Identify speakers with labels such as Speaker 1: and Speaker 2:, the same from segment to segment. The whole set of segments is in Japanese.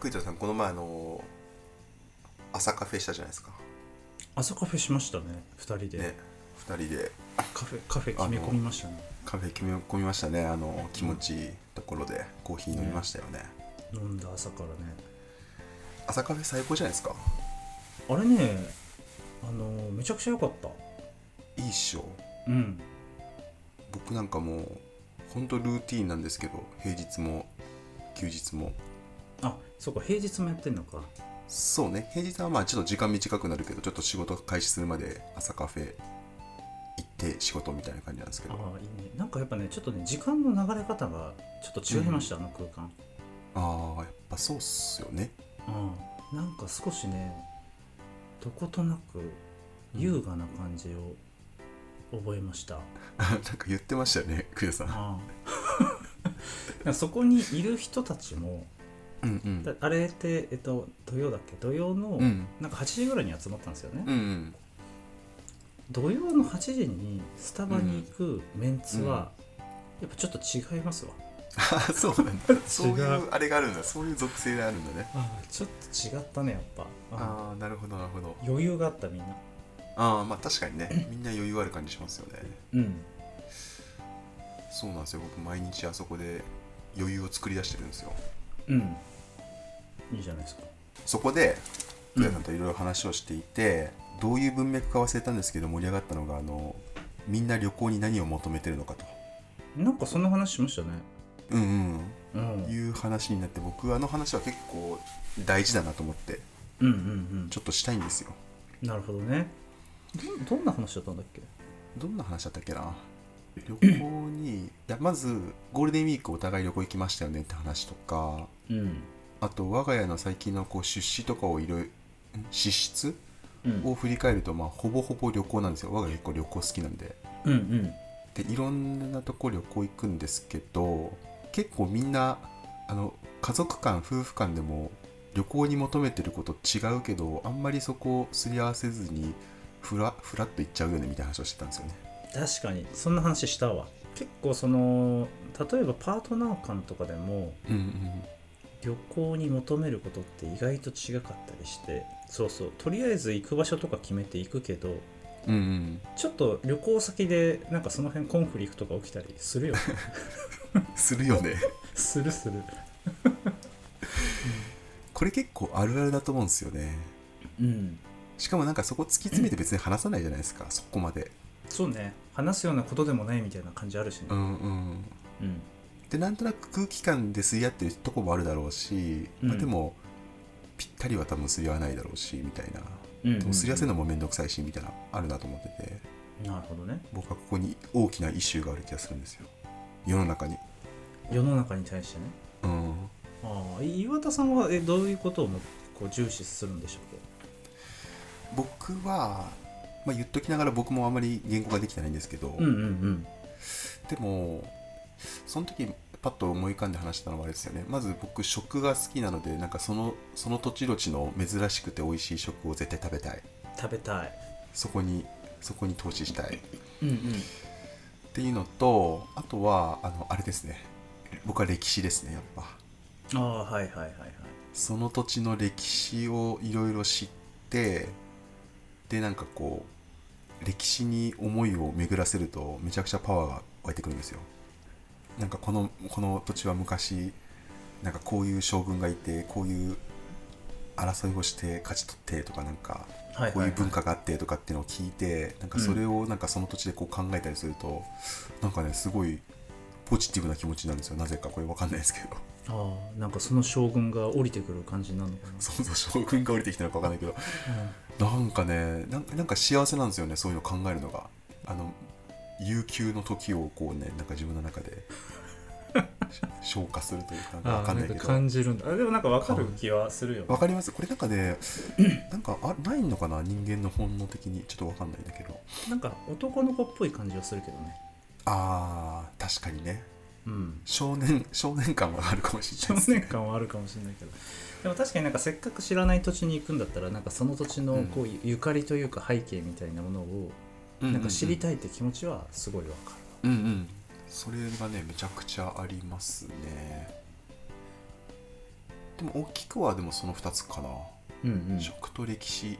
Speaker 1: 栗田さんこの前あの朝カフェしたじゃないですか
Speaker 2: 朝カフェしましたね2人で、
Speaker 1: ね2人で
Speaker 2: カフェカフェ決め込みましたね
Speaker 1: カフェ決め込みましたねあの気持ちいいところでコーヒー飲みましたよね
Speaker 2: 飲んだ朝からね
Speaker 1: 朝カフェ最高じゃないですか
Speaker 2: あれねあのめちゃくちゃ良かった
Speaker 1: いいっしょ
Speaker 2: うん
Speaker 1: 僕なんかもうほんとルーティーンなんですけど平日も休日も
Speaker 2: あそうか平日もやってんのか
Speaker 1: そうね平日はまあちょっと時間短くなるけどちょっと仕事開始するまで朝カフェ行って仕事みたいな感じなんですけ
Speaker 2: あ
Speaker 1: ど
Speaker 2: あいいねなんかやっぱねちょっとね時間の流れ方がちょっと違いました、あの空間
Speaker 1: ああやっぱそうっすよね
Speaker 2: うんなんか少しねどことなく優雅な感じを覚えました、
Speaker 1: なんか言ってましたよね栗田さん
Speaker 2: ああそこにいる人たちも
Speaker 1: うんうん
Speaker 2: だあれって、えっと、土曜だっけ土曜の、
Speaker 1: うん
Speaker 2: なんか8時ぐらいに集まったんですよね、
Speaker 1: うんうん
Speaker 2: 土曜の8時にスタバに行くメンツは、やっぱちょっと違いますわ、
Speaker 1: あそうなん だそういう
Speaker 2: 違
Speaker 1: あれがあるんだそういう属性があるんだね
Speaker 2: ちょっと違ったねやっぱあ
Speaker 1: ああなるほどなるほど
Speaker 2: あ余裕があったみんな
Speaker 1: ああまあ確かにねみんな余裕ある感じしますよね
Speaker 2: うん
Speaker 1: そうなんですよ僕毎日あそこで余裕を作り出してるんですよ
Speaker 2: うんいいじゃないですか
Speaker 1: そこで古谷さんといろいろ話をしていて、どういう文脈か忘れたんですけど盛り上がったのがあのみんな旅行に何を求めてるのかと
Speaker 2: なんかそんな話しましたね
Speaker 1: うん
Speaker 2: うん
Speaker 1: うんいう話になって僕あの話は結構大事だなと思って
Speaker 2: うんうん
Speaker 1: ちょっとしたいんですよ
Speaker 2: うんなるほどねどどんな話だったんだっけ
Speaker 1: どんな話だったっけな旅行にいやまずゴールデンウィークお互い旅行行きましたよねって話とか
Speaker 2: うん
Speaker 1: あと我が家の最近のこう出資とかをいろいろ支出
Speaker 2: うん
Speaker 1: を振り返るとまあほぼほぼ旅行なんですよ我が家結構旅行好きなんで
Speaker 2: うんうん
Speaker 1: でいろんなとこ旅行行くんですけど結構みんなあの家族間夫婦間でも旅行に求めてること違うけどあんまりそこをすり合わせずにふらふらっと行っちゃうよねみたいな話をしてたんですよね
Speaker 2: 確かにそんな話したわ結構その例えばパートナー間とかでも
Speaker 1: うん
Speaker 2: 旅行に求めることって意外と違かったりしてそうそうとりあえず行く場所とか決めて行くけど
Speaker 1: うんうんうん
Speaker 2: ちょっと旅行先でなんかその辺コンフリクトが起きたりす るよね
Speaker 1: するよね
Speaker 2: するする
Speaker 1: これ結構あるあるだと思うんですよね
Speaker 2: うん
Speaker 1: しかもなんかそこ突き詰めて別に話さないじゃないですかそこまで
Speaker 2: そうね話すようなことでもないみたいな感じあるしね
Speaker 1: んうん
Speaker 2: うん
Speaker 1: でなんとなく空気感で吸い合ってるとこもあるだろうし、まあ、
Speaker 2: うん
Speaker 1: でもぴったりは多分吸い合わないだろうしみたいな、
Speaker 2: うんうんうん
Speaker 1: でも吸い合わせるのも面倒くさいしみたいなあるなと思ってて
Speaker 2: なるほどね
Speaker 1: 僕はここに大きなイシューがある気がするんですよ世の中に
Speaker 2: 世の中に対してね
Speaker 1: うん
Speaker 2: ああ岩田さんはえどういうことをもこう重視するんでしょ
Speaker 1: 僕は、まあ、言っときながら僕もあまり言語ができてないんですけど、
Speaker 2: うけうんうん
Speaker 1: でもその時パッと思い浮かんで話したのはあれですよねまず僕食が好きなのでなんかそのその土地土地の珍しくて美味しい食を絶対食べたい
Speaker 2: うん食べたい
Speaker 1: そこにそこに投資したいっ
Speaker 2: うん
Speaker 1: ていうのとあとはあのあれですね僕は歴史ですねやっぱ
Speaker 2: うんああはいはいはいはい
Speaker 1: その土地の歴史をいろいろ知ってでなんかこう歴史に思いを巡らせるとめちゃくちゃパワーが湧いてくるんですよなんかこのこの土地は昔なんかこういう将軍がいてこういう争いをして勝ち取ってとかなんか
Speaker 2: はいはいはい
Speaker 1: こういう文化があってとかっていうのを聞いてなんかそれをなんかその土地でこう考えたりするとなんかねすごいポジティブな気持ちになるんですよなぜかこれわかんないですけど
Speaker 2: ああなんかその将軍が降りてくる感じになるのかな
Speaker 1: そうそう将軍が降りてきたのかわかんないけどなんかねなんかなんか幸せなんですよねそういうの考えるのがあの悠久の時をこうねなんか自分の中 でし消化するというかなんかわかんないけど
Speaker 2: じるんだあでもなんかわかる気はするよね
Speaker 1: わかりますこれなんかねなんかあないのかな人間の本能的にちょっとわかんないんだけど
Speaker 2: なんか男の子っぽい感じはするけどね
Speaker 1: あー確かにね
Speaker 2: うん
Speaker 1: 少年少年感はあるかもし
Speaker 2: 少
Speaker 1: れないですね
Speaker 2: 年感はあるかもしれないけどでも確かになんかせっかく知らない土地に行くんだったらなんかその土地のこうゆゆかりというか背景みたいなものをなんか知りたいって気持ちはすごいわかる
Speaker 1: うんうん、うんうん、それがねめちゃくちゃありますねでも大きくはでもその2つかな、
Speaker 2: うんうん
Speaker 1: 食と歴史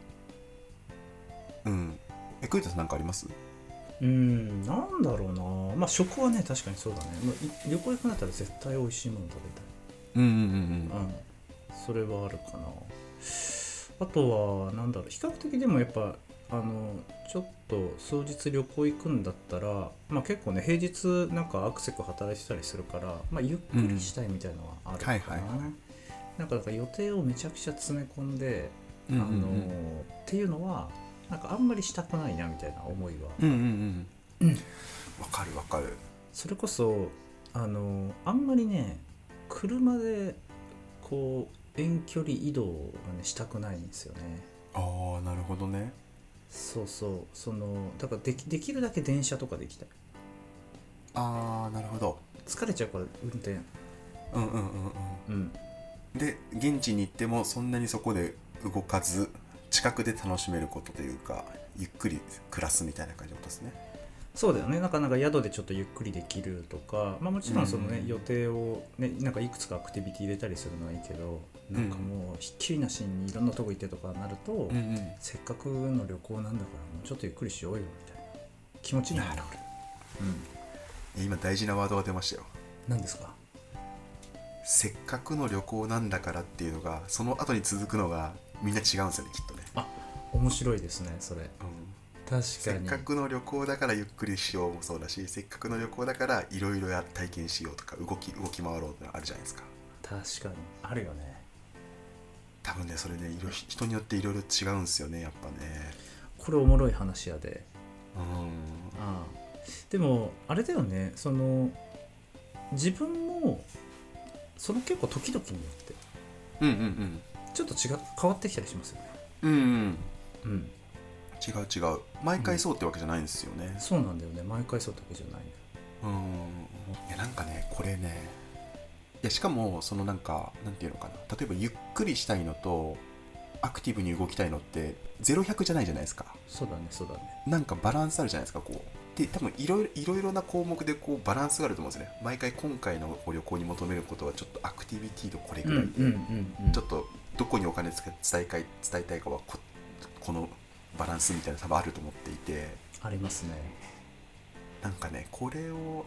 Speaker 1: うんえクイタさんなんかあります
Speaker 2: うんなんだろうなまあ食はね確かにそうだね、まあ、い旅行行くんだったら絶対美味しいもの食べたい
Speaker 1: うんうんうん
Speaker 2: うん、それはあるかなあとはなんだろう比較的でもやっぱあのちょっと数日旅行行くんだったら、まあ、結構ね平日なんかアクセク働いてたりするから、まあ、ゆっくりしたいみたいのはあるかな、
Speaker 1: うんはいはい
Speaker 2: なんかだから予定をめちゃくちゃ詰め込んで、
Speaker 1: うんうん
Speaker 2: あのっていうのはなんかあんまりしたくないなみたいな思いは
Speaker 1: うんうんうんうんわかるわかる
Speaker 2: それこそあのあんまりね車でこう遠距離移動を、ね、したくないんですよね
Speaker 1: ああなるほどね
Speaker 2: そうそうそのだからできできるだけ電車とかで行きたい
Speaker 1: ああなるほど
Speaker 2: 疲れちゃうから運転
Speaker 1: うんうんうんうん
Speaker 2: うん
Speaker 1: で現地に行ってもそんなにそこで動かず近くで楽しめることというかゆっくり暮らすみたいな感じのことですね
Speaker 2: そうだよねなかなか宿でちょっとゆっくりできるとか、まあ、もちろんそのね、
Speaker 1: うん
Speaker 2: 予定を、ね、なんかいくつかアクティビティ入れたりするのはいいけどなんかもうひっきりなしにいろんなとこ行ってとかなると、
Speaker 1: んうん
Speaker 2: せっかくの旅行なんだからもうちょっとゆっくりしようよみたいな気持ちになる、うん、
Speaker 1: 今大事なワードが出ましたよ
Speaker 2: 何ですか
Speaker 1: せっかくの旅行なんだからっていうのがその後に続くのがみんな違うんですよねきっとね、
Speaker 2: 面白いですねそれ
Speaker 1: うん、
Speaker 2: 確かに
Speaker 1: せっかくの旅行だからゆっくりしようもそうだしせっかくの旅行だからいろいろや体験しようとか動き動き回ろうってのあるじゃないですか
Speaker 2: 確かにあるよね
Speaker 1: 多分ねそれねいろ人によっていろいろ違うんですよねやっぱね
Speaker 2: これおもろい話やで
Speaker 1: うん
Speaker 2: ああでもあれだよねその自分もその結構時々によって
Speaker 1: うんうん
Speaker 2: ちょっと違う変わってきたりしますよね
Speaker 1: うんうんうん
Speaker 2: うん
Speaker 1: 違う違う毎回そうってわけじゃないんですよね
Speaker 2: そうなんだよね毎回そうだけじゃないね
Speaker 1: うんいやなんかねこれねいやしかもそのなんかなんていうのかな例えばゆっくりしたいのとアクティブに動きたいのって0100じゃないじゃないですか
Speaker 2: そうだねそうだね
Speaker 1: なんかバランスあるじゃないですかこうで多分いろいろいろいろな項目でこうバランスがあると思うんですよね毎回今回のご旅行に求めることはちょっとアクティビティとこれぐらいで、
Speaker 2: うん
Speaker 1: ちょっとどこにお金つけ伝えたい伝えたいかはここのバランスみたいなの多分あると思っていて
Speaker 2: ありますね
Speaker 1: なんかねこれを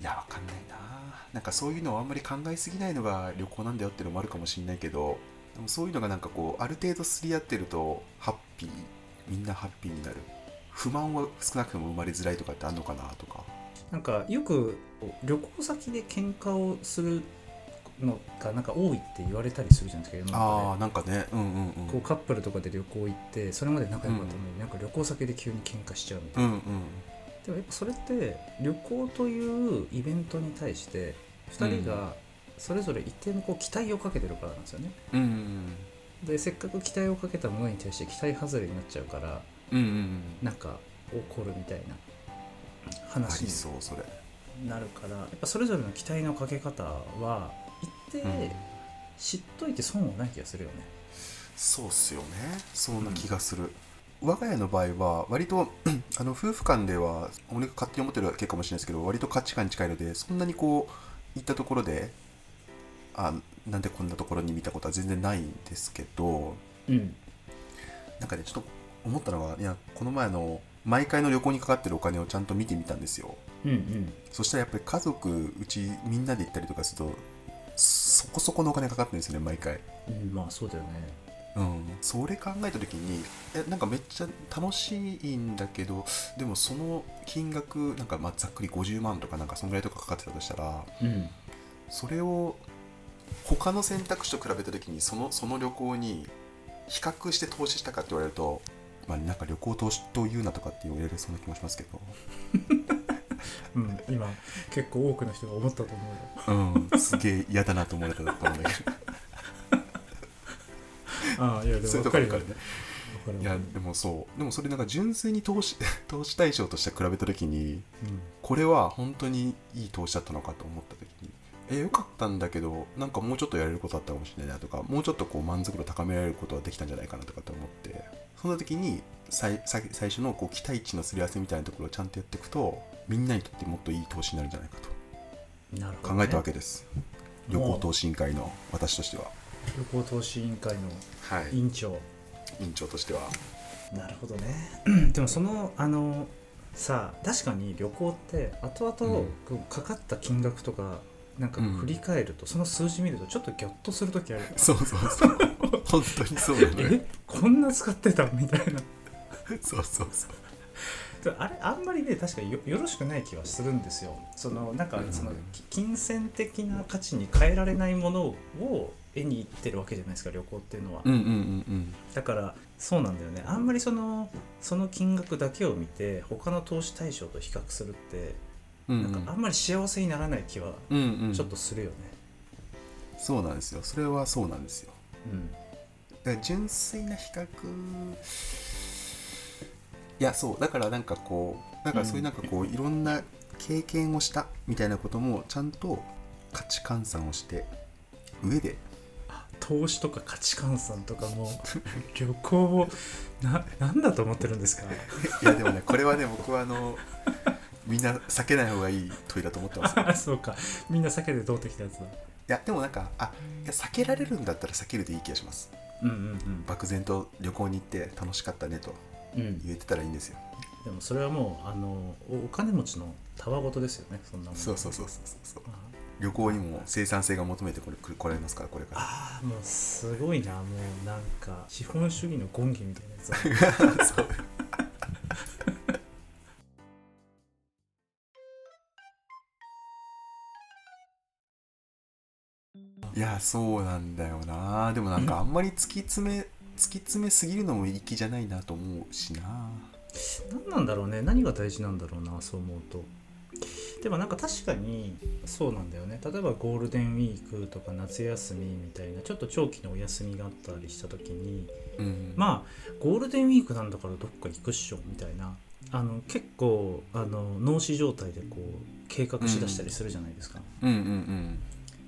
Speaker 1: いやわかんないななんかそういうのをあんまり考えすぎないのが旅行なんだよっていうのもあるかもしれないけどでもそういうのがなんかこうある程度すり合ってるとハッピーみんなハッピーになる不満は少なくとも生まれづらいとかってあるのかなとか
Speaker 2: なんかよく旅行先で喧嘩をするのがなんか多いって言われたりするじゃないですか世の中
Speaker 1: ああなんかねうんうんうん
Speaker 2: でこうカップルとかで旅行行ってそれまで仲良かったのに、なんか旅行先で急に喧嘩しちゃうみた
Speaker 1: う
Speaker 2: い
Speaker 1: ん
Speaker 2: な、
Speaker 1: うん
Speaker 2: でもやっぱそれって旅行というイベントに対して2人がそれぞれ一定のこう期待をかけてるからなんですよね
Speaker 1: うんうん
Speaker 2: でせっかく期待をかけたものに対して期待外れになっちゃうから
Speaker 1: うんうん
Speaker 2: なんか怒るみたいな
Speaker 1: あ
Speaker 2: 話
Speaker 1: り
Speaker 2: に
Speaker 1: そうそれ
Speaker 2: なるからやっぱそれぞれの期待のかけ方は一
Speaker 1: うん
Speaker 2: 定知っといて損はない気がするよね、
Speaker 1: そうっすよねそんな気がする、我が家の場合は割と あの夫婦間では俺が勝手に思ってるだけかもしれないですけど割と価値観に近いのでそんなにこう行ったところであなんでこんなところに見たことは全然ないんですけど
Speaker 2: うん
Speaker 1: なんかねちょっと思ったのがいやこの前の毎回の旅行にかかってるお金をちゃんと見てみたんですよ
Speaker 2: うんうん
Speaker 1: そしたらやっぱり家族うちみんなで行ったりとかするとそこそこのお金かかってるんですよね毎回
Speaker 2: うんまあそうだよね
Speaker 1: うん、それ考えた時にえなんかめっちゃ楽しいんだけどでもその金額なんかまあざっくり50万とかなんかそんぐらいとかかかってたとしたら
Speaker 2: うん
Speaker 1: それを他の選択肢と比べた時にそのその旅行に比較して投資したかって言われると、まあ、なんか旅行投資というなとかって言われるそんな気もしますけど、
Speaker 2: うん、今結構多くの人が思ったと思うよ
Speaker 1: うん、すげえ嫌だなと思われたと思うんだけ ど
Speaker 2: ああいやで
Speaker 1: そうい
Speaker 2: も
Speaker 1: うと
Speaker 2: 分
Speaker 1: こ
Speaker 2: か
Speaker 1: あるか
Speaker 2: るよわ
Speaker 1: らね
Speaker 2: かる
Speaker 1: いやでもそうでもそれなんか純粋に投資 投資対象として比べた時にこれは本当にいい投資だったのかと思った時にえ良かったんだけどなんかもうちょっとやれることあったかもしれないなとかもうちょっとこう満足度高められることはできたんじゃないかなとかって思ってそんな時に最最最初のこう期待値のすり合わせみたいなところをちゃんとやっていくとみんなにとってもっといい投資になるんじゃないかと
Speaker 2: うんなるほどね、
Speaker 1: 考えたわけです、
Speaker 2: ね
Speaker 1: 旅行投資委員会の私としては
Speaker 2: 旅行投資委員会の
Speaker 1: はい
Speaker 2: 委員長
Speaker 1: 院長としては
Speaker 2: なるほどね でもそのあのさあ確かに旅行って後々
Speaker 1: うん
Speaker 2: こうかかった金額とかなんか
Speaker 1: うん
Speaker 2: 振り返ると、その数字見るとちょっとギョッとする時ある
Speaker 1: そうそうそう 本当にそうなのよ
Speaker 2: えこんな使ってたみたいな
Speaker 1: そうそうそう
Speaker 2: であれあんまりね確かによよろしくない気はするんですよそのなんか
Speaker 1: うん
Speaker 2: そのき金銭的な価値に変えられないものを絵にいってるわけじゃないですか旅行っていうのは、
Speaker 1: うんうんうん
Speaker 2: だからそうなんだよねあんまりそのその金額だけを見て他の投資対象と比較するって
Speaker 1: うんうんう
Speaker 2: なん
Speaker 1: ん
Speaker 2: かあんまり幸せにならない気は
Speaker 1: うんうん
Speaker 2: ちょっとするよね。
Speaker 1: そうなんですよそれはそうなんですよ
Speaker 2: うん。
Speaker 1: だから純粋な比較いやそうだからなんかこうだからそういうなんかこう、いろんな経験をしたみたいなこともちゃんと価値換算をして上 で
Speaker 2: 投資とか価値観さんとか も旅行をななんだと思ってるんですか。
Speaker 1: いやでもねこれはね僕はあのみんな避けない方がいい問いだと思ってますい
Speaker 2: あ そうかみんな酒で通ってきたやつだ。
Speaker 1: やでもなんかあいや避けられるんだったら避けるでいい気がします
Speaker 2: うんうん
Speaker 1: 漠然と旅行に行って楽しかったねと
Speaker 2: うん。うん。
Speaker 1: 言えてたらいいんですよ
Speaker 2: でもそれはもうあのおお金持ちのたわごとですよねそんなもん。
Speaker 1: そうそうそうそうそう
Speaker 2: あ
Speaker 1: 旅行にも生産性が求めてこれ来られますからこれから
Speaker 2: あーもうすごいなもうなんか資本主義の権威みたいなやつだ。
Speaker 1: そういやそうなんだよなでもなんかあんまり突き詰め突き詰めすぎるのも粋じゃないなと思うしな
Speaker 2: 何なんだろうね何が大事なんだろうなそう思うとでもなんか確かにそうなんだよね例えばゴールデンウィークとか夏休みみたいなちょっと長期のお休みがあったりした時に
Speaker 1: うん
Speaker 2: まあゴールデンウィークなんだからどっか行くっしょみたいなあの結構あの脳死状態でこう計画しだしたりするじゃないですか、
Speaker 1: うんうん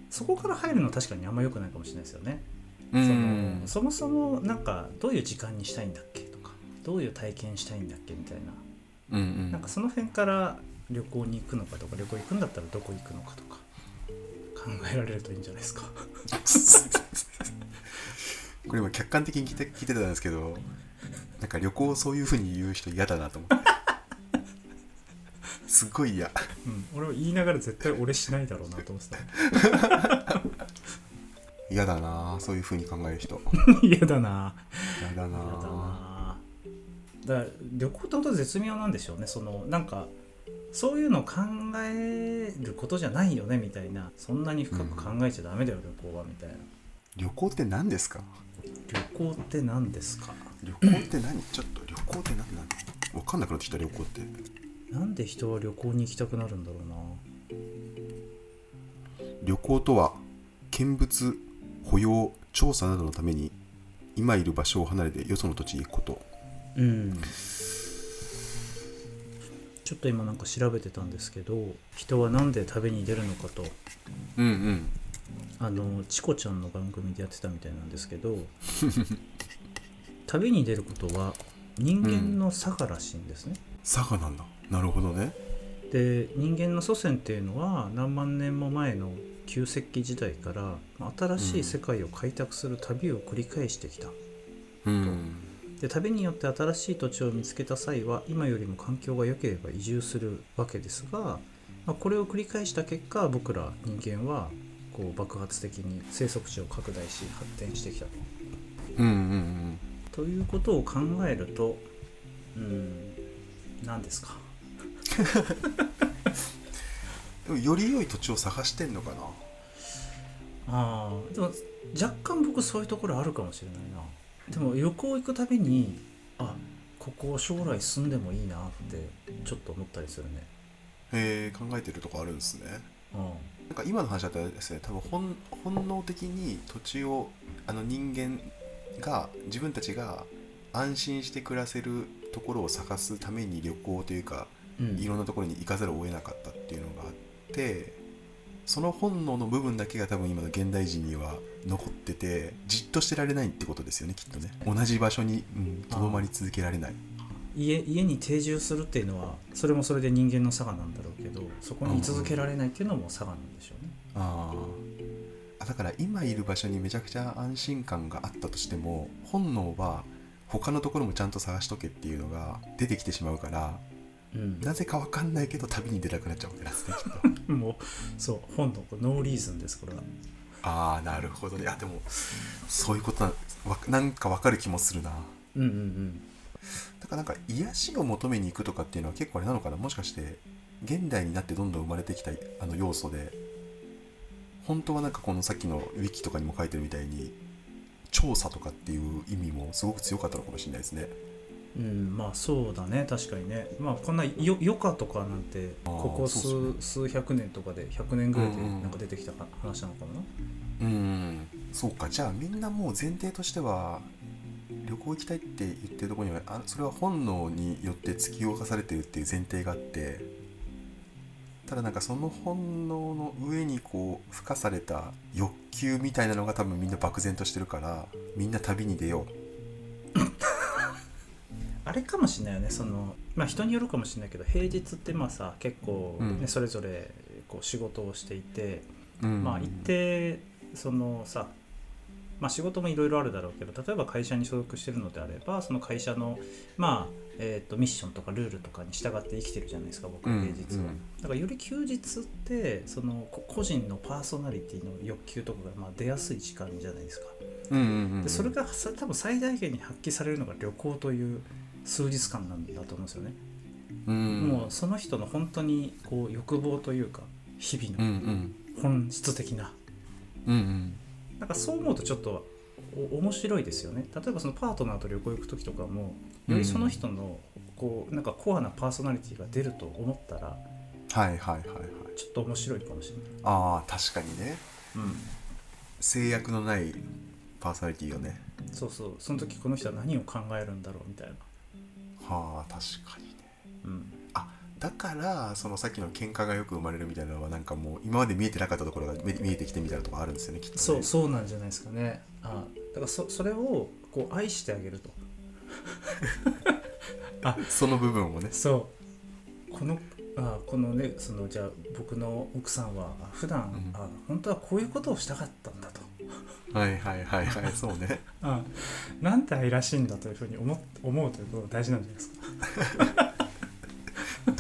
Speaker 2: そこから入るのは確かにあんま良くないかもしれないですよね
Speaker 1: うん
Speaker 2: そ
Speaker 1: うん
Speaker 2: のそもそもなんかどういう時間にしたいんだっけとかどういう体験したいんだっけみたい
Speaker 1: う
Speaker 2: な
Speaker 1: んうん
Speaker 2: なんかその辺から旅行に行くのかとか旅行行くんだったらどこ行くのかとか考えられるといいんじゃないですか
Speaker 1: これ今客観的に聞いて聞いてたんですけどなんか旅行をそういうふうに言う人嫌だなと思って すっごい嫌
Speaker 2: うん俺は言いながら絶対俺しないだろうなと思ってた
Speaker 1: 嫌だなそういうふうに考える 人
Speaker 2: 嫌だな
Speaker 1: 嫌だな
Speaker 2: 嫌だなだから旅行って本当に絶妙なんでしょうねそのなんかそういうの考えることじゃないよねみたいなそんなに深く考えちゃダメだよ、旅行はみたいな
Speaker 1: 旅行って何ですか
Speaker 2: 旅行って何ですか
Speaker 1: 旅行って何ちょっと旅行って何何分かんなくなってきた旅行って
Speaker 2: なんで人は旅行に行きたくなるんだろうな
Speaker 1: 旅行とは見物保養調査などのために今いる場所を離れてよその土地に行くこと
Speaker 2: うんちょっと今なんか調べてたんですけど人は何で食べに出るのかと
Speaker 1: うんうん
Speaker 2: あのチコちゃんの番組でやってたみたいなんですけど旅に出ることは人間の差がらしいんですね、
Speaker 1: 佐賀なんだなるほどね
Speaker 2: で人間の祖先っていうのは何万年も前の旧石器時代からまあ新しい世界を開拓する旅を繰り返してきた、
Speaker 1: うん
Speaker 2: で旅によって新しい土地を見つけた際は今よりも環境が良ければ移住するわけですが、まあ、これを繰り返した結果僕ら人間はこう爆発的に生息地を拡大し発展してきたと
Speaker 1: うんうん
Speaker 2: ということを考えるとうん何ですか
Speaker 1: うんより良い土地を探してんのかな
Speaker 2: あーでも若干僕そういうところあるかもしれないなでも旅行行くたびにあここ将来住んでもいいなってちょっと思ったりするね
Speaker 1: へえ考えてるとこあるんですね
Speaker 2: うん
Speaker 1: なんか今の話だったらですね多分本本能的に土地をあの人間が自分たちが安心して暮らせるところを探すために旅行というか
Speaker 2: うん
Speaker 1: いろんなところに行かざるを得なかったっていうのがあってその本能の部分だけが多分今の現代人には残っててじっとしてられないってことですよねきっとね同じ場所にうんとど、まり続けられない
Speaker 2: 家家に定住するっていうのはそれもそれで人間の差がなんだろうけどそこに居続けられないっていうのも差がなんでしょうね、
Speaker 1: ああだから今いる場所にめちゃくちゃ安心感があったとしても本能は他のところもちゃんと探しとけっていうのが出てきてしまうから
Speaker 2: うん、
Speaker 1: なぜかわかんないけど旅に出なくなっちゃうわけなんですねきっと
Speaker 2: もうそう本のノーリーズンですこれは
Speaker 1: ああなるほどねあでもそういうことなわなんかわかる気もするな
Speaker 2: うんうんうん
Speaker 1: だからなんか癒しを求めに行くとかっていうのは結構あれなのかなもしかして現代になってどんどん生まれてきたあの要素で本当はなんかこのさっきのウィキとかにも書いてるみたいに調査とかっていう意味もすごく強かったのかもしれないですね。
Speaker 2: うん、まあそうだね確かにねまあこんなよ余暇とかなんて
Speaker 1: あー
Speaker 2: ここ数,、
Speaker 1: そうっ
Speaker 2: 数百年とかで100年ぐらいで
Speaker 1: うんうん
Speaker 2: なんか出てきたか話なのかもな
Speaker 1: うんそうかじゃあみんなもう前提としては旅行行きたいって言ってるところにはあそれは本能によって突き動かされてるっていう前提があってただなんかその本能の上にこう付加された欲求みたいなのが多分みんな漠然としてるからみんな旅に出よう
Speaker 2: あれかもしれないよねそのまあ人によるかもしれないけど平日ってまあさ結構、ね
Speaker 1: うん
Speaker 2: それぞれこう仕事をしていて、
Speaker 1: うん
Speaker 2: まあ一定そのさまあ仕事もいろいろあるだろうけど例えば会社に所属してるのであればその会社のまあえー、とミッションとかルールとかに従って生きてるじゃないですか僕は平日は、
Speaker 1: うんうん
Speaker 2: だからより休日ってそのこ個人のパーソナリティの欲求とかがまあ出やすい時間じゃないですか
Speaker 1: うんうんうん
Speaker 2: でそれがさ多分最大限に発揮されるのが旅行という数日間なんだと思うんですよね、
Speaker 1: うん
Speaker 2: もうその人の本当にこう欲望というか日々
Speaker 1: うんう
Speaker 2: の
Speaker 1: ん
Speaker 2: 本質的な、
Speaker 1: うんうん
Speaker 2: なんかそう思うとちょっとお面白いですよね例えばそのパートナーと旅行行く時とかもよりその人のこうなんかコアなパーソナリティが出ると思ったら
Speaker 1: はいはいはいはい
Speaker 2: ちょっと面白いかもしれ
Speaker 1: ああ確かにね
Speaker 2: ない、
Speaker 1: 制約のないパーソナリティよね
Speaker 2: うん、そうそうその時この人は何を考えるんだろうみたいな、
Speaker 1: はあ確かにね
Speaker 2: うん、
Speaker 1: あだからそのさっきの喧嘩がよく生まれるみたいなのはなんかもう今まで見えてなかったところが見見えてきてみたいなところあるんですよねきっとね
Speaker 2: そうそうなんじゃないですかねあだからそそれをこう愛してあげると
Speaker 1: その部分をね
Speaker 2: そうこのあこのねそのじゃあ僕の奥さんはあ普段、
Speaker 1: うん
Speaker 2: あ本当はこういうことをしたかったんだと
Speaker 1: はいはいはいはいそうね
Speaker 2: あなんて愛らしいんだというふうに思っ思うということが大事なんじゃないですか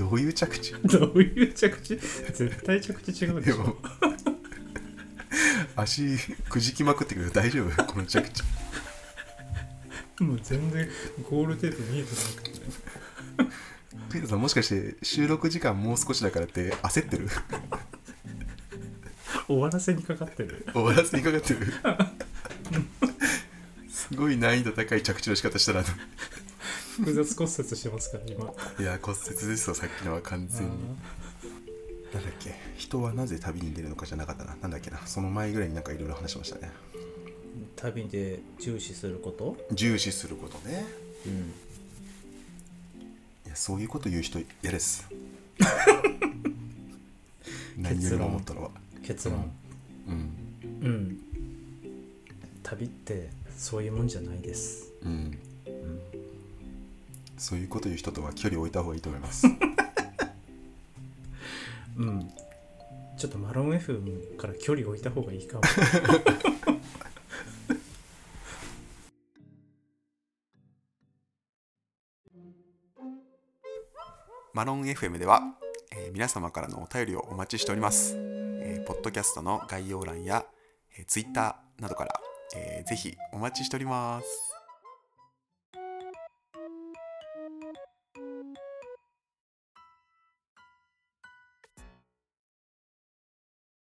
Speaker 1: どういう着地
Speaker 2: どういう着地絶対着地違うで
Speaker 1: で
Speaker 2: しょ
Speaker 1: も足くじきまくってくるけど大丈夫この着地
Speaker 2: もう全然ゴールテープ見えてないからね
Speaker 1: ピザさんもしかして収録時間もう少しだからって焦ってる
Speaker 2: 終わらせにかかってる
Speaker 1: 終わらせにかかって るすごい難易度高い着地の仕方したら
Speaker 2: 複雑骨折してますから今
Speaker 1: いや骨折ですよさっきのは完全になんだっけ人はなぜ旅に出るのかじゃなかったななんだっけなその前ぐらいになんかいろいろ話しましたね
Speaker 2: 旅で重視すること、
Speaker 1: 重視することね
Speaker 2: うん、
Speaker 1: いやそういうこと言う人嫌です 何よりも思ったのは
Speaker 2: 結論
Speaker 1: うん
Speaker 2: うん旅ってそういうもんじゃないです、
Speaker 1: うん
Speaker 2: うん、
Speaker 1: そういうこと言う人とは距離を置いた方がいいと思います
Speaker 2: うん、ちょっとマロン FM から距離置いた方がいいかも
Speaker 1: マロン FM では、えー皆様からのお便りをお待ちしております、えーポッドキャストの概要欄や、えー、Twitter などから、えーぜひお待ちしております